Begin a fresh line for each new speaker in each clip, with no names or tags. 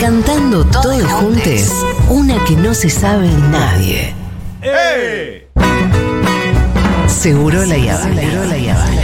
Cantando todos juntos, una que no se sabe nadie. Seguro la Yavana. Seguro la Yavana.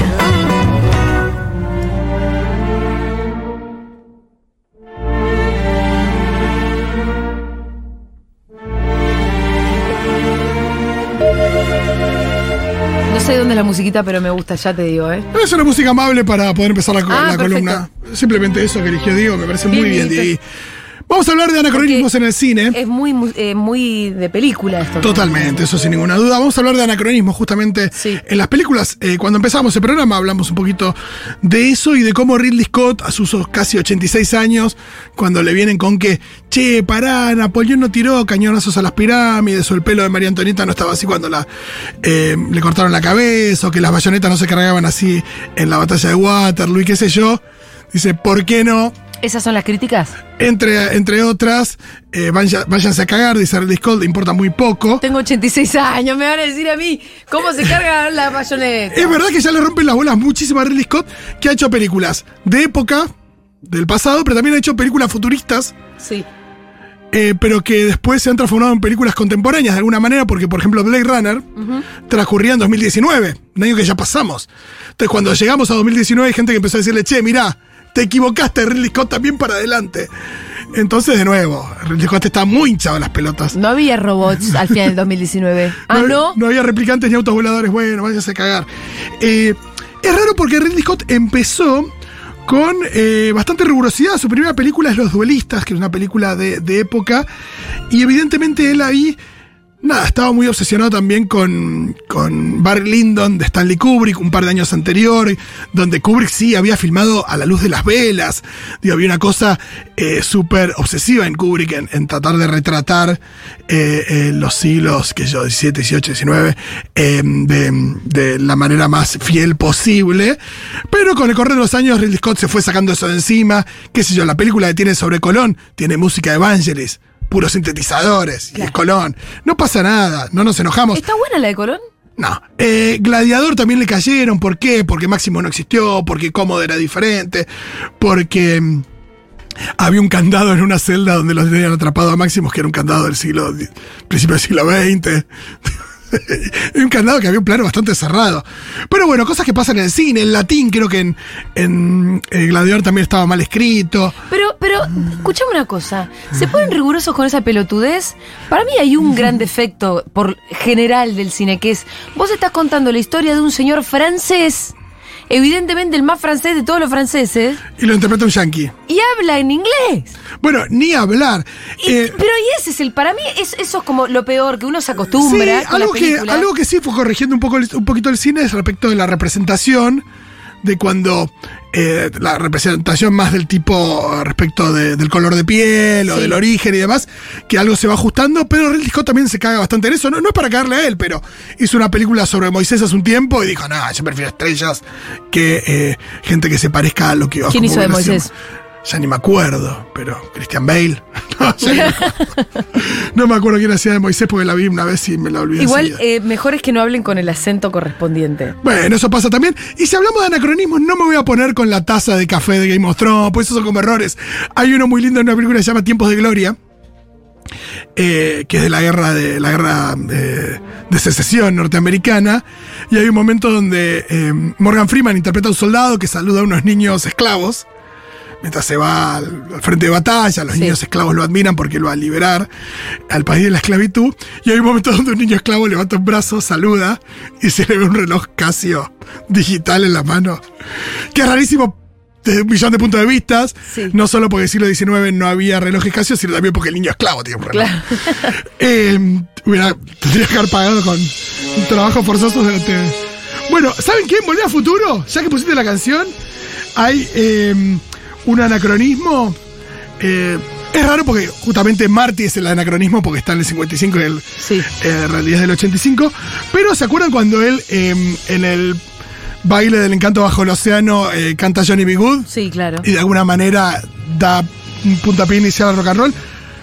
No sé dónde es la musiquita, pero me gusta, ya te digo, ¿eh?
Es una música amable para poder empezar la, co-
Ah,
la
perfecto.
columna. Simplemente eso que eligió Diego, me parece
Bien,
muy bien,
Dieguito.
Diego. Vamos a hablar de anacronismos en el cine.
Es muy, mu- eh, muy de película esto. ¿no?
Totalmente, eso sin ninguna duda. Vamos a hablar de anacronismo justamente
Sí.
en las películas. Eh, cuando empezamos el programa hablamos un poquito de eso y de cómo Ridley Scott, a sus casi 86 años, cuando le vienen con que, che, pará, Napoleón no tiró cañonazos a las pirámides o el pelo de María Antonieta no estaba así cuando la, eh, le cortaron la cabeza o que las bayonetas no se cargaban así en la batalla de Waterloo y qué sé yo. Dice, ¿por qué no?
¿Esas son las críticas?
Entre, entre otras, eh, vaya- váyanse a cagar, dice Ridley Scott, le importa muy poco.
Tengo 86 años, me van a decir a mí cómo se carga la bayoneta.
Es verdad que ya le rompen las bolas muchísimo a Ridley Scott, que ha hecho películas de época, del pasado, pero también ha hecho películas futuristas,
Sí.
eh, pero que después se han transformado en películas contemporáneas de alguna manera, porque por ejemplo Blade Runner transcurría en 2019, un año que ya pasamos. Entonces cuando llegamos a 2019 hay gente que empezó a decirle, che, mirá, te equivocaste, Ridley Scott también para adelante. Entonces de nuevo, Ridley Scott está muy hinchado en las pelotas.
No había robots al final del 2019. Ah, no.
había replicantes ni autos voladores. Bueno, váyase a cagar. Eh, es raro porque Ridley Scott empezó con eh, bastante rigurosidad. Su primera película es Los Duelistas, que es una película de, de época. Y evidentemente él ahí. Nada, estaba muy obsesionado también con, con Barry Lyndon de Stanley Kubrick un par de años anterior, donde Kubrick sí había filmado a la luz de las velas. Digo, había una cosa eh, súper obsesiva en Kubrick en, en tratar de retratar eh, eh, los siglos, que yo, 17, 18, 19, eh, de, de la manera más fiel posible. Pero con el correr de los años, Ridley Scott se fue sacando eso de encima. Qué sé yo, la película que tiene sobre Colón tiene música de Evangelis puros sintetizadores y es Colón. No pasa nada, no nos enojamos.
¿Está buena la de Colón?
No. Eh, Gladiador también le cayeron. ¿Por qué? Porque Máximo no existió, porque Cómodo era diferente, porque mm, había un candado en una celda donde los tenían atrapado a Máximo, que era un candado del siglo, di- principio del siglo XX. Y un candado que había un plano bastante cerrado. Pero bueno, cosas que pasan en el cine, en latín, creo que en, en eh, Gladiador también estaba mal escrito.
Pero, pero, escuchame una cosa. ¿Se ponen rigurosos con esa pelotudez? Para mí hay un gran defecto por general del cine, que es, vos estás contando la historia de un señor francés, evidentemente el más francés de todos los franceses,
Y lo interpreta un yankee.
y habla en inglés.
Bueno, ni hablar.
Y-
Eh,
pero y ese es el, para mí es- eso es como lo peor, que uno se acostumbra
Sí,
con
algo
la
que,
película.
algo que sí fue corrigiendo un, poco, el- un poquito el cine es respecto de la representación, de cuando eh, la representación más del tipo eh, respecto de- del color de piel o
Sí.
del origen y demás, que algo se va ajustando, pero Ridley Scott también se caga bastante en eso. No, no es para cagarle a él, pero hizo una película sobre Moisés hace un tiempo y dijo, nada, yo prefiero estrellas que eh, gente que se parezca a lo que... a
¿Quién
como
hizo de
nació".
Moisés?
Ya ni me acuerdo, pero Christian Bale. No, ya ni me acuerdo. No me acuerdo quién hacía de Moisés porque la vi una vez y me la olvidé.
Igual,
enseguida.
eh, mejor es que no hablen con el acento correspondiente.
Bueno, eso pasa también. Y si hablamos de anacronismos, no me voy a poner con la taza de café de Game of Thrones, pues esos son como errores. Hay uno muy lindo en una película que se llama Tiempos de Gloria, eh, que es de la guerra de la guerra eh, de secesión norteamericana. Y hay un momento donde eh, Morgan Freeman interpreta a un soldado que saluda a unos niños esclavos. Mientras se va al al frente de batalla, los
Sí.
niños esclavos lo admiran porque lo va a liberar al país de la esclavitud. Y hay un momento donde un niño esclavo levanta un brazo, saluda y se le ve un reloj Casio digital en la mano. Que es rarísimo desde un millón de puntos de vistas.
Sí.
No solo porque en el siglo XIX no había relojes Casio, sino también porque el niño esclavo tiene un reloj.
Claro.
Eh, hubiera- tendría que haber pagado con trabajos forzosos de la TV. Bueno, ¿saben qué? En Volver a Futuro, ya que pusiste la canción, hay eh, un anacronismo. eh, es raro porque justamente Marty es el anacronismo porque está en el 55 y el,
Sí.
eh, realidad es del 85. Pero ¿se acuerdan cuando él eh, en el baile del encanto bajo el océano eh, canta Johnny B. Good?
Sí, claro.
y de alguna manera da un puntapié inicial al rock and roll.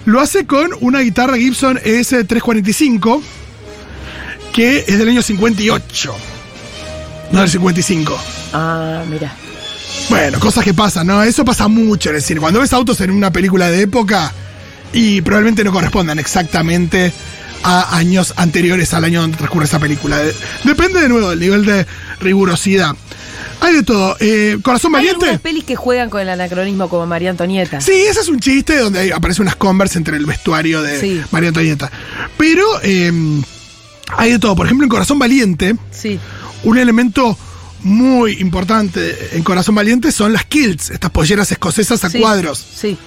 Lo hace con una guitarra Gibson E ES345, que es del año 58. No del 55.
Ah, mira.
Bueno, cosas que pasan, ¿no? Eso pasa mucho en el cine. Cuando ves autos en una película de época y probablemente no correspondan exactamente a años anteriores al año donde transcurre esa película. De- Depende de nuevo del nivel de rigurosidad. Hay de todo. Eh, Corazón
Hay
Valiente.
algunas pelis que juegan con el anacronismo como María Antonieta.
Sí, ese es un chiste donde hay- aparece unas Converse entre el vestuario de
Sí.
María Antonieta. Pero eh, hay de todo. Por ejemplo, en Corazón Valiente,
Sí.
un elemento muy importante en Corazón Valiente son las kilts, estas polleras escocesas a
sí,
cuadros.
Sí.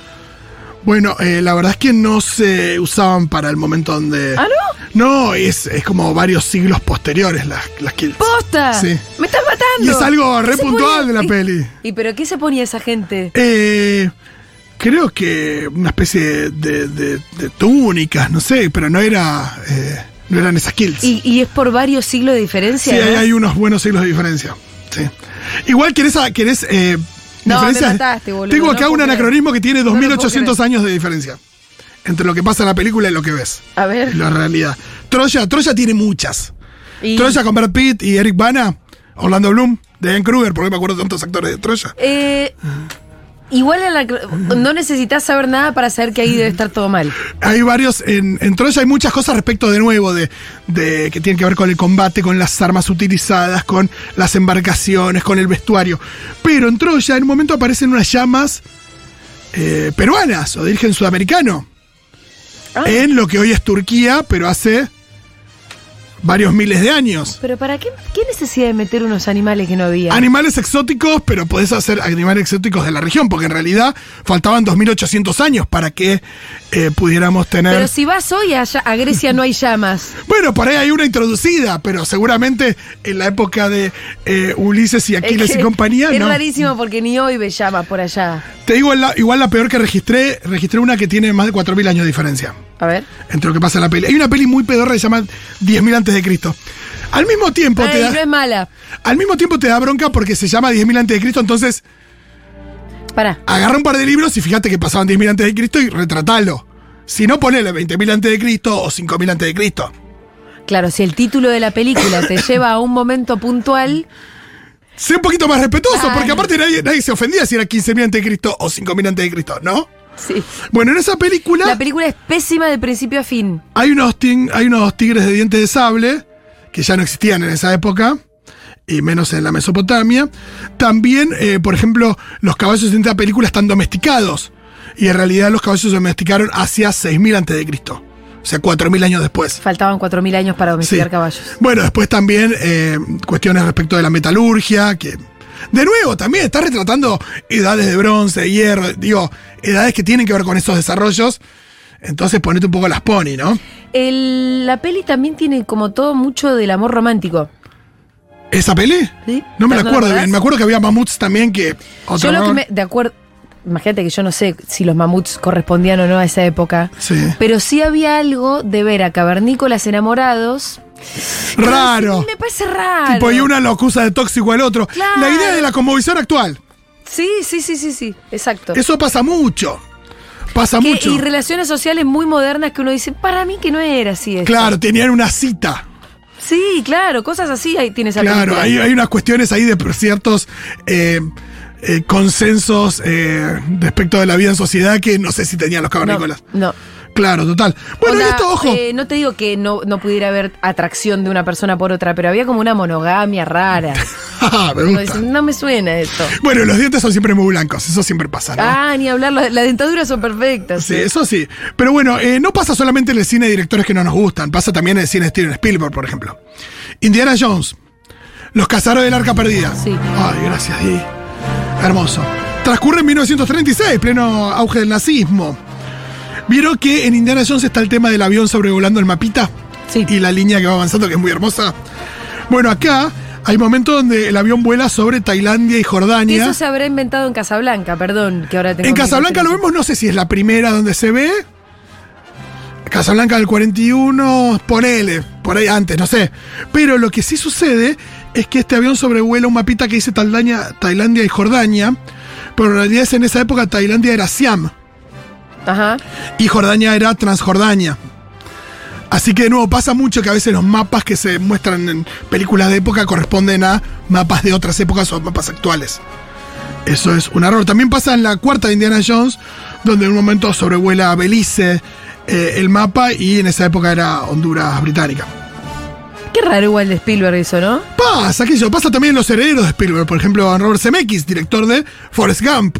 Bueno, eh, la verdad es que no se usaban para el momento donde...
¿Ah, no?
No, es, es como varios siglos posteriores las, las kilts.
¡Posta!
Sí.
¡Me estás matando!
Y es algo
¿Qué
re
se
puntual de la
y-
peli.
¿Y pero qué se ponía esa gente?
Eh, creo que una especie de, de- de túnicas, no sé, pero no era eh, no eran esas kilts.
Y, y es por varios siglos de diferencia.
sí, hay,
¿no?
hay unos buenos siglos de diferencia. sí. Igual querés, a- querés eh,
No, me
diferencias-
mataste, boludo,
Tengo
no
acá
lo
un
puedo creer.
anacronismo que tiene
No lo puedo
2800 años de diferencia entre lo que pasa en la película y lo que ves.
A
y
ver.
La realidad. Troya, Troya tiene muchas.
y-
Troya con Brad Pitt y Eric Bana, Orlando Bloom, Diane Kruger, porque me acuerdo de tantos actores de Troya.
Eh, igual anacro- no necesitas saber nada para saber que ahí debe estar todo mal.
Hay varios, en, en Troya hay muchas cosas respecto de nuevo de, de que tienen que ver con el combate, con las armas utilizadas, con las embarcaciones, con el vestuario. Pero en Troya en un momento aparecen unas llamas eh, peruanas o de origen sudamericano.
Ah.
En lo que hoy es Turquía, pero hace varios miles de años.
Pero ¿para qué, qué necesidad de meter unos animales que no había?
Animales exóticos, pero podés hacer animales exóticos de la región, porque en realidad faltaban 2.800 años para que eh, pudiéramos tener...
Pero si vas hoy allá a Grecia no hay llamas.
Bueno, por ahí hay una introducida, pero seguramente en la época de eh, Ulises y Aquiles
Es que
y compañía,
Es
no.
rarísimo porque ni hoy ve llamas por allá.
Te digo, la- igual la peor que registré, registré una que tiene más de 4.000 años de diferencia
A ver.
entre lo que pasa en la peli. Hay una peli muy pedorra que se llama 10.000 antes de Cristo. Al mismo tiempo te
Ay, em-
da,
no es mala.
al mismo tiempo te da bronca porque se llama 10.000 antes de Cristo, entonces
Pará.
agarra un par de libros y fíjate que pasaban 10.000 antes de Cristo y retratalo. Si no, ponele 20.000 antes de Cristo o 5.000 antes de Cristo.
Claro, si el título de la película te lleva a un momento puntual,
Sé un poquito más respetuoso,
Claro.
porque aparte nadie, nadie se ofendía si era 15.000 antes de Cristo o 5.000 antes de Cristo, ¿no?
sí.
Bueno, en esa película
La película es pésima de principio a fin.
hay, unos tin- hay unos tigres de dientes de sable, que ya no existían en esa época, y menos en la Mesopotamia. También, eh, por ejemplo, los caballos en esta película están domesticados, y en realidad los caballos se domesticaron hacia 6.000 antes de Cristo, o sea, 4.000 años después.
Faltaban 4.000 años para domesticar
Sí.
caballos.
Bueno, después también eh, cuestiones respecto de la metalurgia, que de nuevo también está retratando edades de bronce, de hierro, digo, edades que tienen que ver con esos desarrollos. Entonces ponete un poco las pony, ¿no?
El- la peli también tiene como todo mucho del amor romántico.
¿Esa peli?
¿sí?
No me la
¿Te
acuerdo
acordás?
bien. Me acuerdo que había mamuts también que. otro
Yo lo que
rol.
me. De acuerdo. Imagínate que yo no sé si los mamuts correspondían o no a esa época.
Sí.
Pero sí había algo de ver a cavernícolas enamorados.
Raro.
Sí, Me parece raro.
Tipo, y una lo acusa de tóxico al otro.
Claro.
La idea de la conmovisión actual.
Sí, sí, sí, sí, sí. Exacto.
Eso pasa mucho. Pasa
Que-
mucho.
Y relaciones sociales muy modernas que uno dice, para mí que no era así. esto".
Claro, tenían una cita.
Sí, claro, cosas así ahí tienes
Claro, hay, hay unas cuestiones ahí de ciertos eh, eh, consensos eh, respecto de la vida en sociedad que no sé si tenían los cavernícolas.
No. no.
Claro, total. Bueno,
Onda,
y esto, ojo.
eh, no te digo que no, no pudiera haber atracción de una persona por otra, pero había como una monogamia rara.
Ajá, me
Uno
gusta.
dice, no me suena esto.
Bueno, los dientes son siempre muy blancos, eso siempre pasa, ¿no?
Ah, ni hablar, las las dentaduras son perfectas.
Sí, eso sí. Pero bueno, eh, no pasa solamente en el cine de directores que no nos gustan, pasa también en el cine de Steven Spielberg, por ejemplo. Indiana Jones, Los Cazadores del Arca Perdida.
Sí.
Ay, gracias, Di. Hermoso. Transcurre en 1936, pleno auge del nazismo. Vieron que en Indiana Jones está el tema del avión sobrevolando el mapita
Sí.
y la línea que va avanzando, que es muy hermosa. Bueno, acá hay momentos donde el avión vuela sobre Tailandia y
Que
Jordania.
eso se habrá inventado en Casablanca, perdón, que ahora tengo
En
que-
Casablanca lo vemos, no sé si es la primera donde se ve. Casablanca del 41, ponele, por ahí antes, no sé. Pero lo que sí sucede es que este avión sobrevuela un mapita que dice Taldania- Tailandia y Jordania. Pero en realidad es en esa época Tailandia era Siam
Ajá.
y Jordania era Transjordania. Así que de nuevo pasa mucho que a veces los mapas que se muestran en películas de época corresponden a mapas de otras épocas o mapas actuales. Eso es un error. También pasa en la cuarta de Indiana Jones, donde en un momento sobrevuela Belice eh, el mapa y en esa época era Honduras británica.
Qué raro igual de Spielberg eso, ¿no?
Pasa, que eso pasa también en los herederos de Spielberg, por ejemplo, en Robert Zemeckis, director de Forrest Gump.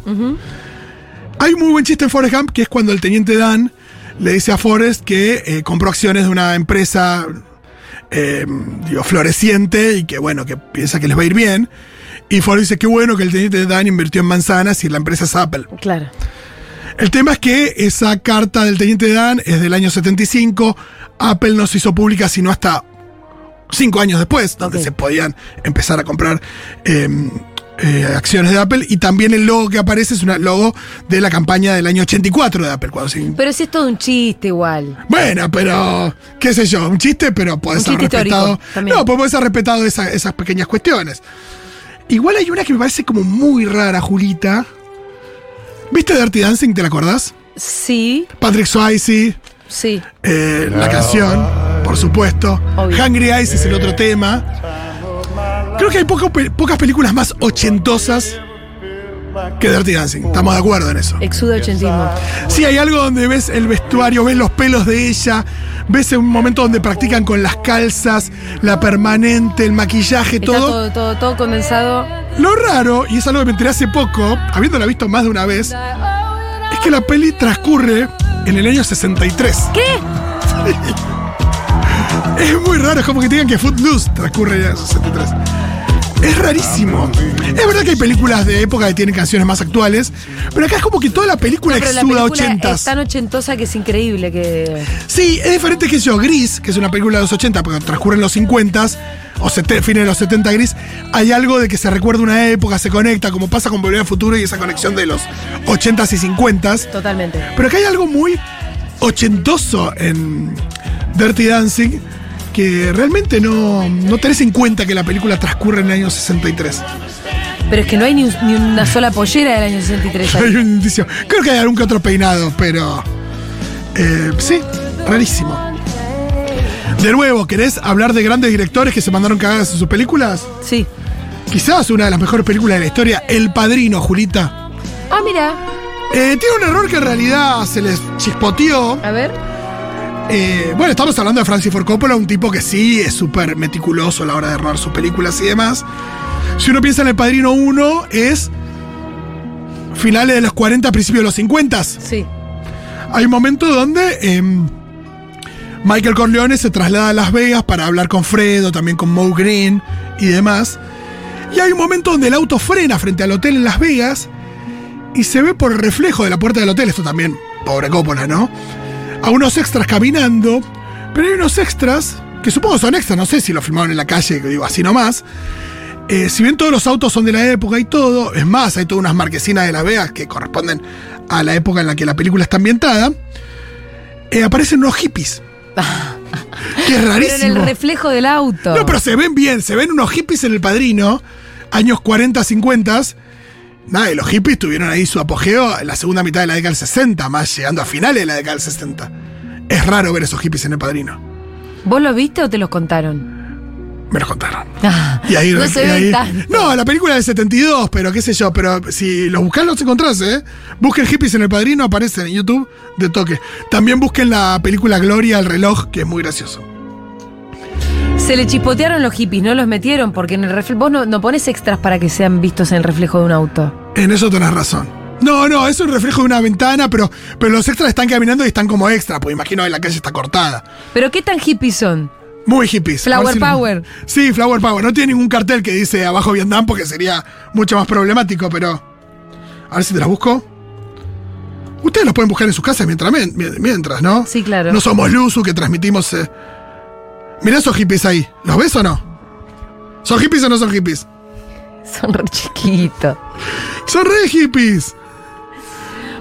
Hay un muy buen chiste en Forrest Gump, que es cuando el teniente Dan le dice a Forrest que eh, compró acciones de una empresa eh, digo, floreciente y que bueno, que piensa que les va a ir bien. Y Forrest dice, qué bueno que el teniente Dan invirtió en manzanas y la empresa es Apple.
Claro.
El tema es que esa carta del teniente Dan es del año 75. Apple no se hizo pública sino hasta cinco años después, donde
Ok.
se podían empezar a comprar eh, eh, acciones de Apple. Y también el logo que aparece es un logo de la campaña del año 84 de Apple. Cuando se-
Pero si es todo un chiste igual.
Bueno, pero qué sé yo, un chiste, pero podés
Un
haber
chiste teórico,
respetado.
también.
No, pues podés haber respetado esa- esas pequeñas cuestiones. Igual hay una que me parece como muy rara, Julita. ¿Viste Dirty Dancing? ¿Te la acordás?
Sí,
Patrick Swayze.
sí.
Eh, la canción, por supuesto.
Obvio.
Hungry Eyes es el otro tema. Creo que hay poco pe- pocas películas más ochentosas que Dirty Dancing. Estamos de acuerdo en eso.
Exuda ochentismo.
Sí, hay algo donde ves el vestuario, ves los pelos de ella, ves un momento donde practican con las calzas, la permanente, el maquillaje,
Está
todo.
todo, todo, todo condensado.
Lo raro, y es algo que me enteré hace poco, habiéndola visto más de una vez, es que la peli transcurre en el año 63.
¿Qué?
Es muy raro, es como que digan que Footloose transcurre en el año 63. Es rarísimo. Es verdad que hay películas de época que tienen canciones más actuales, pero acá es como que toda la película
Pero la
exuda
película es
ochentas.
tan ochentosa que es increíble que.
Sí, es diferente que yo. Gris, que es una película de los 80, porque transcurre en los 50 o sete- fines de los 70 gris, hay algo de que se recuerda una época, se conecta, como pasa con Volver al Futuro y esa conexión de los 80s y 50s.
Totalmente.
Pero acá hay algo muy ochentoso en Dirty Dancing que realmente no, no tenés en cuenta que la película transcurre en el año 63.
Pero es que no hay ni, un- ni una sola pollera del año 63. ahí.
Hay un indicio. Creo que hay algún que otro peinado, pero. eh, sí, rarísimo. De nuevo, ¿querés hablar de grandes directores que se mandaron cagadas en sus películas?
Sí.
Quizás una de las mejores películas de la historia, El Padrino, Julita.
Ah, mira.
Eh, tiene un error que en realidad se les chispoteó.
A ver.
Eh, bueno, estamos hablando de Francis Ford Coppola, un tipo que sí es súper meticuloso a la hora de armar sus películas y demás. Si uno piensa en El Padrino 1, es finales de los 40, principios de los 50.
Sí.
Hay un momento donde em, Michael Corleone se traslada a Las Vegas para hablar con Fredo, también con Moe Green y demás. Y hay un momento donde el auto frena frente al hotel en Las Vegas y se ve por el reflejo de la puerta del hotel, esto también, pobre Coppola, ¿no? A unos extras caminando, pero hay unos extras, que supongo son extras, no sé si lo filmaron en la calle, que digo así nomás. Eh, si bien todos los autos son de la época y todo, es más, hay todas unas marquesinas de Las Vegas que corresponden a la época en la que la película está ambientada, eh, aparecen unos hippies. que es
Pero
rarísimo.
en el reflejo del auto.
No, pero se ven bien, se ven unos hippies en el padrino, años 40, 50. Nada, y los hippies tuvieron ahí su apogeo en la segunda mitad de la década del 60, más llegando a finales de la década del 60. Es raro ver esos hippies en el padrino.
¿Vos lo viste o te los contaron?
Me los contaron.
Ah,
Y ahí,
no se
y
ven
ahí-
tanto.
No, la película del 72, pero qué sé yo, pero si los buscás los encontrás, ¿eh? Busquen hippies en el padrino, aparecen en YouTube de toque. También busquen la película Gloria, el reloj, que es muy gracioso.
Se le chispotearon los hippies, no los metieron, porque en el reflejo. Vos no, no pones extras para que sean vistos en el reflejo de un auto.
En eso tenés razón. No, no, es un reflejo de una ventana, pero, pero los extras están caminando y están como extra, porque imagino que la calle está cortada.
Pero qué tan hippies son.
Muy hippies. A ver
Flower
lo-
power.
Sí, Flower Power. No tiene ningún cartel que dice abajo Vietnam porque sería mucho más problemático, pero. A ver si te las busco. Ustedes los pueden buscar en sus casas mientras, men- mien- mientras ¿no?
Sí, claro.
No somos Luzu que transmitimos. eh. Mirá esos hippies ahí. ¿Los ves o no? ¿Son hippies o no son hippies?
Son re chiquitos.
¡Son re hippies!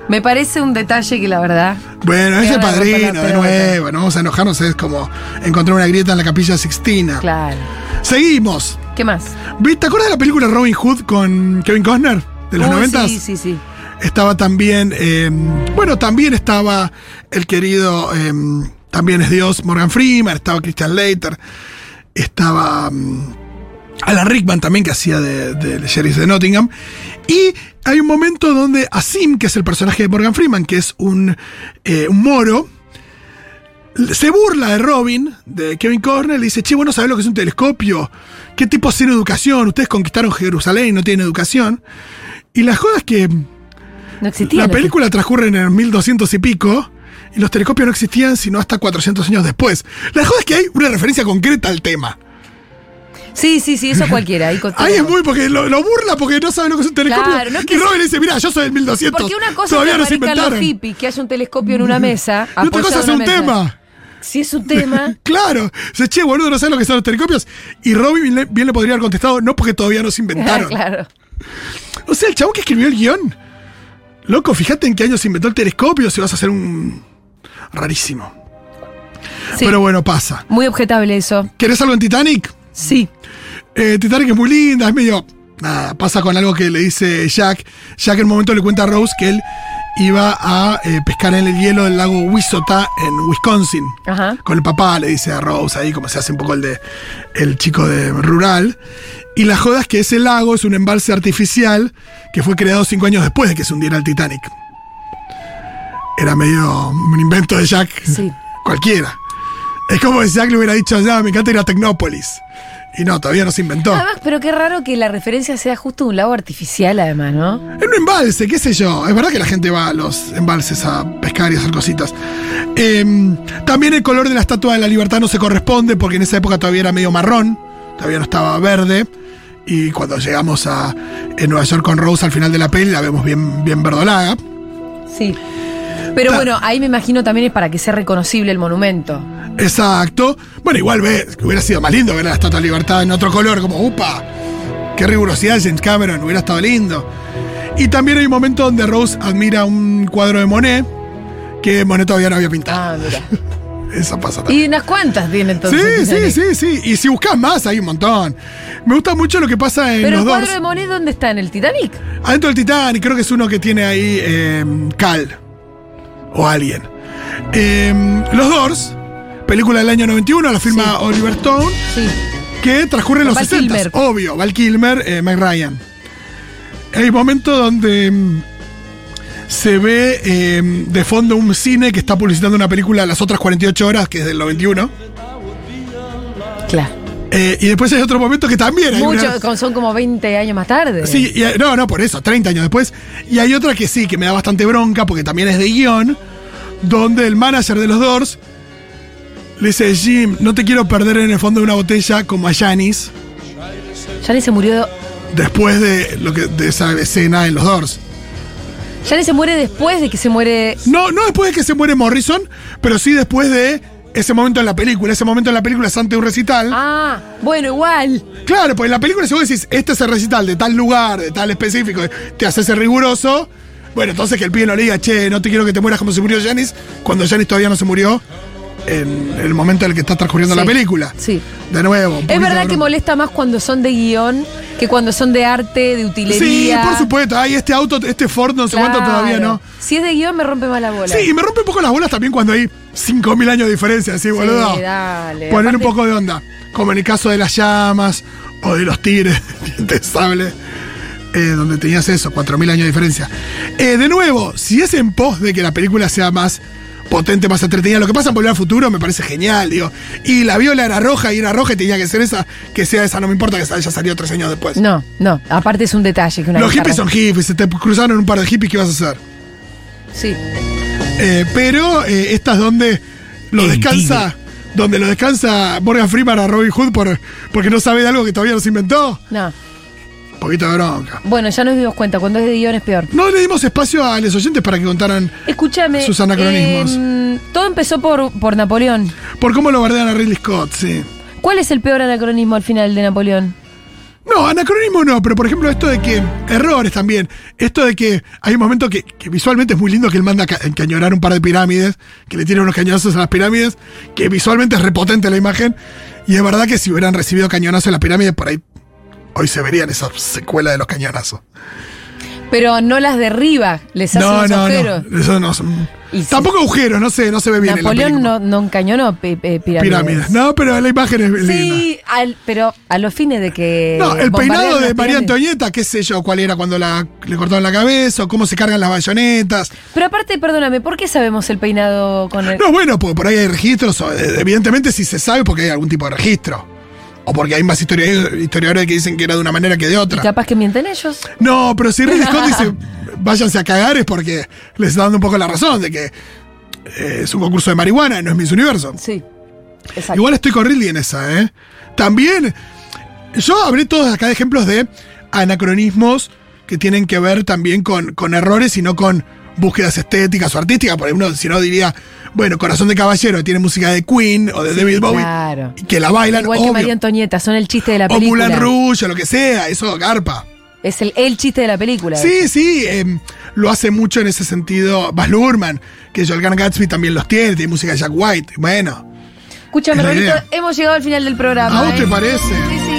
Me parece un detalle que la verdad.
Bueno, es
Te
el
van a romper
padrino,
la
de
pelota.
nuevo, no vamos a enojarnos, es como encontrar una grieta en la capilla Sixtina.
Claro.
Seguimos.
¿Qué más?
Vi- ¿Te acuerdas de la película Robin Hood con Kevin Costner? De los
Uy,
noventas.
Sí, sí, sí.
Estaba también, eh, bueno, también estaba el querido, eh, también es Dios, Morgan Freeman, estaba Christian Leiter, estaba mm, Alan Rickman también que hacía de, de Sheriff de Nottingham. Y hay un momento donde Asim, que es el personaje de Morgan Freeman, que es un, eh, un moro, se burla de Robin, de Kevin Cornell, y dice, che, bueno, ¿sabés lo que es un telescopio? ¿Qué tipo sin educación? Ustedes conquistaron Jerusalén y no tienen educación. Y la joda es que
No existía.
la
lo que-
película transcurre en el 1200 y pico, y los telescopios no existían sino hasta 400 años después. La joda es que hay una referencia concreta al tema.
Sí, sí, sí, eso cualquiera. Ahí, con
Ahí es
todo.
muy porque lo, lo burla porque no sabe lo que es un telescopio.
Claro, no es que
y Robin dice, mira, yo soy del 1200.
Porque una cosa
todavía no
es
se
que aparezcan
inventaron.
los hippies, que haya un telescopio en una mesa.
Y otra cosa
apoyado
es
en
un
una mesa.
tema.
Si es un tema.
Claro, dice, che, boludo, no sabes lo que son los telescopios. Y Robin le- bien le podría haber contestado, no porque todavía no se inventaron.
claro.
O sea, el chabón que escribió el guión. Loco, fíjate en qué año se inventó el telescopio, si vas a hacer un. rarísimo.
Sí,
Pero bueno, pasa.
muy objetable eso.
¿Querés algo en Titanic?
Sí.
Eh, Titanic es muy linda, es medio. Nada, pasa con algo que le dice Jack. Jack en un momento le cuenta a Rose que él iba a eh, pescar en el hielo del lago Wisota en Wisconsin.
Ajá.
Con el papá, le dice a Rose ahí, como se hace un poco el de el chico de rural. Y la joda es que ese lago es un embalse artificial que fue creado cinco años después de que se hundiera el Titanic. Era medio un invento de Jack.
Sí.
Cualquiera. Es como si Jack le hubiera dicho, ya, me encanta ir a Tecnópolis. Y no, todavía no se inventó.
Además, pero qué raro que la referencia sea justo de un lago artificial, además, ¿no?
En un embalse, qué sé yo. Es verdad que la gente va a los embalses a pescar y hacer cositas. Em, también el color de la Estatua de la Libertad no se corresponde porque en esa época todavía era medio marrón, todavía no estaba verde. Y cuando llegamos a en Nueva York con Rose al final de la peli la vemos bien, bien verdolaga.
Sí. Pero
Ta-
bueno, ahí me imagino también es para que sea reconocible el monumento.
Exacto. Bueno, igual ves, hubiera sido más lindo ver a la Estatua de la Libertad en otro color, como upa. Qué rigurosidad, James Cameron, hubiera estado lindo. Y también hay un momento donde Rose admira un cuadro de Monet que Monet todavía no había pintado.
Ah, mira.
Eso pasa también.
Y unas cuantas tiene entonces.
Sí, sí, sí, sí. Y si buscas más, hay un montón. Me gusta mucho lo que pasa en
Pero el
los
cuadro
dos.
de Monet, ¿dónde está? ¿En el Titanic?
Adentro del Titanic, creo que es uno que tiene ahí eh, Cal. O alguien. Eh, los Doors, película del año 91, la firma
Sí.
Oliver Stone,
Sí.
que transcurre en los
Val
60.
Kilmer.
Obvio, Val Kilmer, eh, Meg Ryan. Hay momentos donde mm, se ve eh, de fondo un cine que está publicitando una película las otras 48 horas, que es del 91.
Claro.
Eh, y después hay otro momento que también hay
Mucho,
una-
con- son como 20 años más tarde.
Sí, y hay- no, no, por eso, 30 años después. Y hay otra que sí, que me da bastante bronca, porque también es de guión, donde el manager de los Doors le dice, Jim, no te quiero perder en el fondo de una botella como a Janis,
Janet se murió.
después de, lo que, de esa escena en los Doors.
Janet se muere después de que se muere.
No, no después de que se muere Morrison, pero sí después de ese momento en la película. Ese momento en la película es ante un recital.
Ah, bueno, igual.
Claro, pues en la película si vos decís, este es el recital de tal lugar, de tal específico, te haces el riguroso, bueno, entonces que el pibe no le diga, che, no te quiero que te mueras como se murió Janis, cuando Janis todavía no se murió en el momento en el que está transcurriendo
Sí,
la película.
sí.
De nuevo. un
Es
poquito
verdad
de
que
broma.
molesta más cuando son de guión que cuando son de arte, de
Sí,
utilería.
por supuesto. Ay, este auto, este Ford, no sé cuánto
Claro.
todavía no.
Si es de guión, me rompe más la bola.
Sí, y me rompe un poco las bolas también cuando hay 5.000 años de diferencia, así, boludo.
dale.
Poner
Aparte-
un poco de onda. Como en el caso de las llamas o de los tigres de sable, eh, donde tenías eso, 4.000 años de diferencia. Eh, de nuevo, si es en pos de que la película sea más potente, más entretenida, lo que pasa en Volver al Futuro me parece genial, digo. Y la viola era roja y era roja y tenía que ser esa, que sea esa, no me importa que haya salido tres años después.
No, no. Aparte es un detalle que una
los
guitarra-
hippies son hippies, se te cruzaron un par de hippies, ¿qué vas a hacer?
Sí.
Eh, pero eh, esta es donde lo
El
descansa. Donde lo descansa Morgan Freeman a Robin Hood por, porque no sabe de algo que todavía no se inventó.
No.
Un poquito de bronca.
Bueno, ya nos dimos cuenta. Cuando es de guión es peor.
No le dimos espacio a los oyentes para que contaran
Escúchame.
Sus anacronismos.
em, todo empezó por, por Napoleón.
por cómo lo bardean a Ridley Scott, sí.
¿Cuál es el peor anacronismo al final de Napoleón?
No, anacronismo no, pero por ejemplo esto de que. Errores también. Esto de que hay un momento que, que visualmente es muy lindo que él manda a ca- encañonar un par de pirámides, que le tiene unos cañonazos a las pirámides, que visualmente es repotente la imagen. Y es verdad que si hubieran recibido cañonazos en las pirámides, por ahí hoy se verían esas secuelas de los cañonazos.
Pero no las derriba, les hace
No,
unos
no,
agujeros.
no. Eso no son-
Y sí.
Tampoco agujeros, no sé, no se ve bien. en la
Napoleón
película.
no, no encañonó pi- eh, pirámides.
Pirámides. No, pero la imagen es linda.
Sí, al- pero a los fines de que.
No, el
Eh, bombardean
peinado
las
de María
pirámides.
Antonieta, qué sé yo, cuál era cuando la, le cortaron la cabeza, o cómo se cargan las bayonetas.
Pero aparte, perdóname, ¿por qué sabemos el peinado con el.?
No, bueno, porque por ahí hay registros, o, eh, evidentemente si se sabe porque hay algún tipo de registro. O porque hay más historiadores, historiadores que dicen que era de una manera que de
Y
otra.
capaz que mienten ellos.
No, pero si Ridley Scott dice váyanse a cagar es porque les está dando un poco la razón de que eh, es un concurso de marihuana, no es Miss Universo.
Sí. Exacto.
Igual estoy con Ridley en esa, ¿eh? También, yo hablé todos acá de ejemplos de anacronismos que tienen que ver también con, con errores y no con búsquedas estéticas o artísticas. Por uno, si no, diría, bueno, Corazón de Caballero tiene música de Queen o de David Bowie,
claro.
y que la bailan,
Igual que María
obvio.
Antonieta, son el chiste de la
O
película.
Moulin Rouge o lo que sea, eso garpa.
Es el, el chiste de la película.
Sí, sí, em, lo hace mucho en ese sentido Baz Luhrmann, que Jorgan Gatsby también los tiene, tiene música de Jack White, bueno.
Escúchame,
Es la
Rolito,
idea.
hemos llegado al final del programa.
¿A vos
¿eh?
te parece?
Sí, sí.